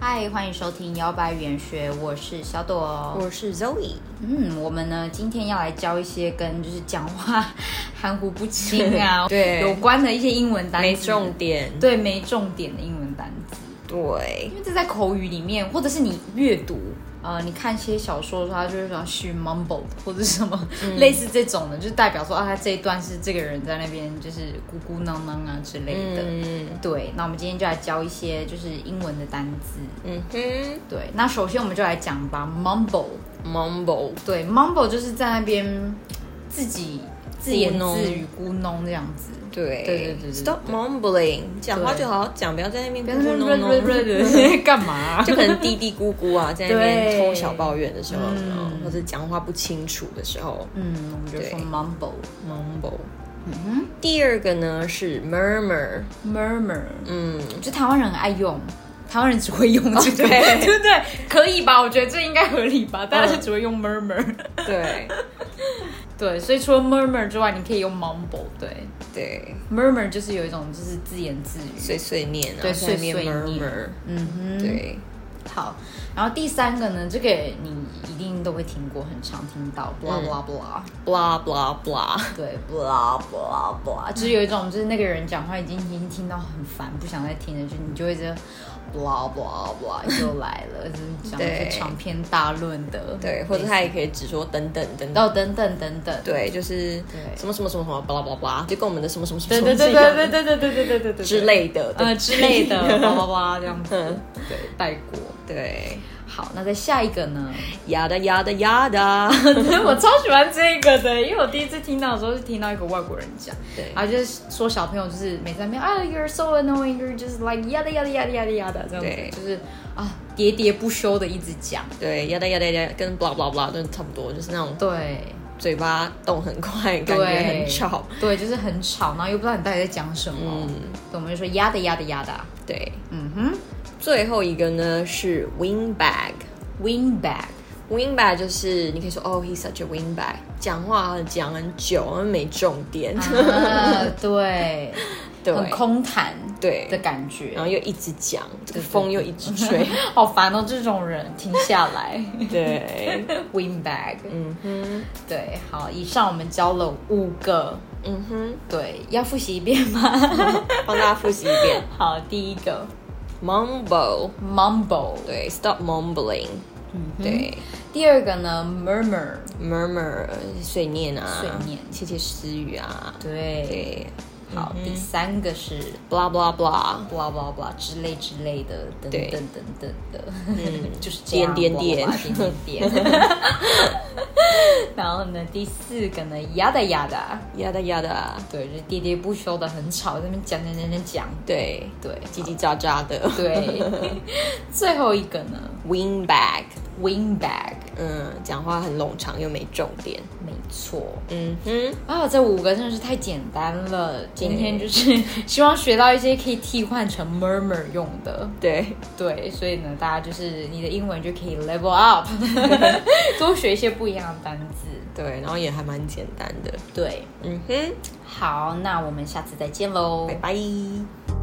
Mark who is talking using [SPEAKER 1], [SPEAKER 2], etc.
[SPEAKER 1] 嗨，欢迎收听摇摆语言学，我是小朵。
[SPEAKER 2] 我是 Zoe，
[SPEAKER 1] 嗯，我们呢今天要来教一些跟就是讲话含糊不清啊，
[SPEAKER 2] 对
[SPEAKER 1] 有关的一些英文单词，
[SPEAKER 2] 没重点，
[SPEAKER 1] 对没重点的英文单词，
[SPEAKER 2] 对
[SPEAKER 1] 因为这在口语里面，或者是你阅读。呃，你看一些小说的时候，他就会说 she mumbled 或者什么、
[SPEAKER 2] 嗯
[SPEAKER 1] 类似这种的，就代表说啊，他这一段是这个人在那边就是咕咕囔囔啊之类的。
[SPEAKER 2] 嗯
[SPEAKER 1] 对，那我们今天就来教一些就是英文的单字。
[SPEAKER 2] 嗯哼
[SPEAKER 1] 对，那首先我们就来讲吧，mumble。
[SPEAKER 2] ，mumble，
[SPEAKER 1] 对，mumble 就是在那边自己自言自语、咕哝这样子。
[SPEAKER 2] 对
[SPEAKER 1] 对对对对
[SPEAKER 2] s t o p mumbling，讲话
[SPEAKER 1] 对
[SPEAKER 2] 就好好讲，不要在那边
[SPEAKER 1] 不
[SPEAKER 2] 咕
[SPEAKER 1] 要在
[SPEAKER 2] 咕
[SPEAKER 1] 那
[SPEAKER 2] 哝
[SPEAKER 1] 边
[SPEAKER 2] 哝，
[SPEAKER 1] 干嘛啊？
[SPEAKER 2] 就可能嘀嘀咕咕啊，在那边
[SPEAKER 1] 对
[SPEAKER 2] 偷小抱怨的时候，
[SPEAKER 1] 嗯
[SPEAKER 2] 或者讲话不清楚的时候
[SPEAKER 1] 嗯，我们就说
[SPEAKER 2] 对
[SPEAKER 1] mumble、
[SPEAKER 2] ，mumble。嗯哼，第二个呢是 murmur，
[SPEAKER 1] murmur，
[SPEAKER 2] 嗯，
[SPEAKER 1] 我觉得台湾人很爱用。台湾人只会用这个，
[SPEAKER 2] 哦对 嗯
[SPEAKER 1] 对不对？可以吧？我觉得这应该合理吧？大家就只会用 murmur，、
[SPEAKER 2] 对
[SPEAKER 1] 对，所以除了 murmur 之外，你可以用 mumble，对
[SPEAKER 2] 对，
[SPEAKER 1] ，murmur 就是有一种就是自言自语，
[SPEAKER 2] 碎碎念啊，
[SPEAKER 1] 对
[SPEAKER 2] 在那边
[SPEAKER 1] 碎碎念
[SPEAKER 2] murmur，
[SPEAKER 1] 嗯哼，
[SPEAKER 2] 对，
[SPEAKER 1] 好，然后第三个呢，这个你一定都会听过，很常听到，blah blah blah，、
[SPEAKER 2] blah blah blah，
[SPEAKER 1] 对，blah blah blah，就是有一种就是那个人讲话已经已经听到很烦，不想再听了，就你就会这 blah blah blah 又来了，就是讲一些
[SPEAKER 2] 对
[SPEAKER 1] 长篇大论的，
[SPEAKER 2] 对，或者他也可以只说等等等等。
[SPEAKER 1] 哦等等等等，
[SPEAKER 2] 对，就是
[SPEAKER 1] 对
[SPEAKER 2] 什么什么什么什么巴拉巴拉巴拉，就跟我们的什么什么什么
[SPEAKER 1] 对
[SPEAKER 2] 什
[SPEAKER 1] 对
[SPEAKER 2] 么
[SPEAKER 1] 对
[SPEAKER 2] 是一样
[SPEAKER 1] 对对
[SPEAKER 2] 的
[SPEAKER 1] 对对对对对对对
[SPEAKER 2] 之，类的，
[SPEAKER 1] 呃
[SPEAKER 2] 对
[SPEAKER 1] 之类的，blah blah blah 这样子，
[SPEAKER 2] 嗯
[SPEAKER 1] 对，带过。
[SPEAKER 2] 对，
[SPEAKER 1] 好，那在下一个呢？
[SPEAKER 2] 呀的呀的呀的，
[SPEAKER 1] 对， 我超喜欢这个的，因为我第一次听到的时候是听到一个外国人讲，
[SPEAKER 2] 对
[SPEAKER 1] 然后就是说小朋友就是每次在那边啊，you're so annoying，you're just like yada yada yada yada yada 这样
[SPEAKER 2] 对
[SPEAKER 1] 子，就是啊喋喋不休的一直讲，
[SPEAKER 2] 对呀的呀的呀，跟巴拉巴拉巴拉都差不多，就是那种
[SPEAKER 1] 对，
[SPEAKER 2] 嘴巴动很快，感
[SPEAKER 1] 对，
[SPEAKER 2] 觉很吵。，嗯
[SPEAKER 1] 对，就是很吵，然后又不知道你到底在讲什么，对，我们就说 yada yada yada，
[SPEAKER 2] 对，
[SPEAKER 1] 嗯哼
[SPEAKER 2] 最后一个呢是 wing bag。
[SPEAKER 1] ，wingback，
[SPEAKER 2] wing bag 就是你可以说哦、h e s such a wing bag，讲话讲很久，而没重点，
[SPEAKER 1] 啊，对，
[SPEAKER 2] 对
[SPEAKER 1] 很空谈，
[SPEAKER 2] 对
[SPEAKER 1] 的感觉，
[SPEAKER 2] 然后又一直讲，这个
[SPEAKER 1] 对对
[SPEAKER 2] 风又一直 吹，
[SPEAKER 1] 好烦哦，这种人停下来
[SPEAKER 2] 对，
[SPEAKER 1] ，wingback，
[SPEAKER 2] 嗯哼，
[SPEAKER 1] 对，好，以上我们教了五个，
[SPEAKER 2] 嗯哼，
[SPEAKER 1] 对，要复习一遍吗？
[SPEAKER 2] 帮大家复习一遍
[SPEAKER 1] 好，第一个
[SPEAKER 2] ，mumble，
[SPEAKER 1] mumble，
[SPEAKER 2] 对，stop mumbling，对
[SPEAKER 1] 嗯第二个呢 murmur，
[SPEAKER 2] ，murmur 碎念啊，
[SPEAKER 1] 碎念
[SPEAKER 2] 窃窃私语啊，
[SPEAKER 1] 对，
[SPEAKER 2] 对
[SPEAKER 1] 好，
[SPEAKER 2] 嗯
[SPEAKER 1] 第三个是
[SPEAKER 2] ，blah blah blah，
[SPEAKER 1] blah blah blah 之类之类的，等
[SPEAKER 2] 对
[SPEAKER 1] 等等等的，嗯，就是这样
[SPEAKER 2] 点
[SPEAKER 1] blah
[SPEAKER 2] 点
[SPEAKER 1] blah blah，点点 点。然后呢，第四个呢，yada yada，
[SPEAKER 2] yada yada，
[SPEAKER 1] 对，就是喋喋不休的，很吵，在那边讲讲讲讲讲，
[SPEAKER 2] 对，
[SPEAKER 1] 对
[SPEAKER 2] 叽叽喳喳的
[SPEAKER 1] 对。最后一个呢
[SPEAKER 2] ，wing bag，
[SPEAKER 1] ，wing bag，
[SPEAKER 2] 嗯，讲话很冗长又没重点，
[SPEAKER 1] 没错。
[SPEAKER 2] 嗯哼，
[SPEAKER 1] 啊，这五个真的是太简单了。今天就是 希望学到一些可以替换成 murmur 用的，
[SPEAKER 2] 对，
[SPEAKER 1] 对，所以呢，大家就是你的英文就可以 level up，多学一些不一样的单词。
[SPEAKER 2] 对，然后也还蛮简单的，
[SPEAKER 1] 对，
[SPEAKER 2] 嗯哼，
[SPEAKER 1] 好，那我们下次再见喽，
[SPEAKER 2] 拜拜。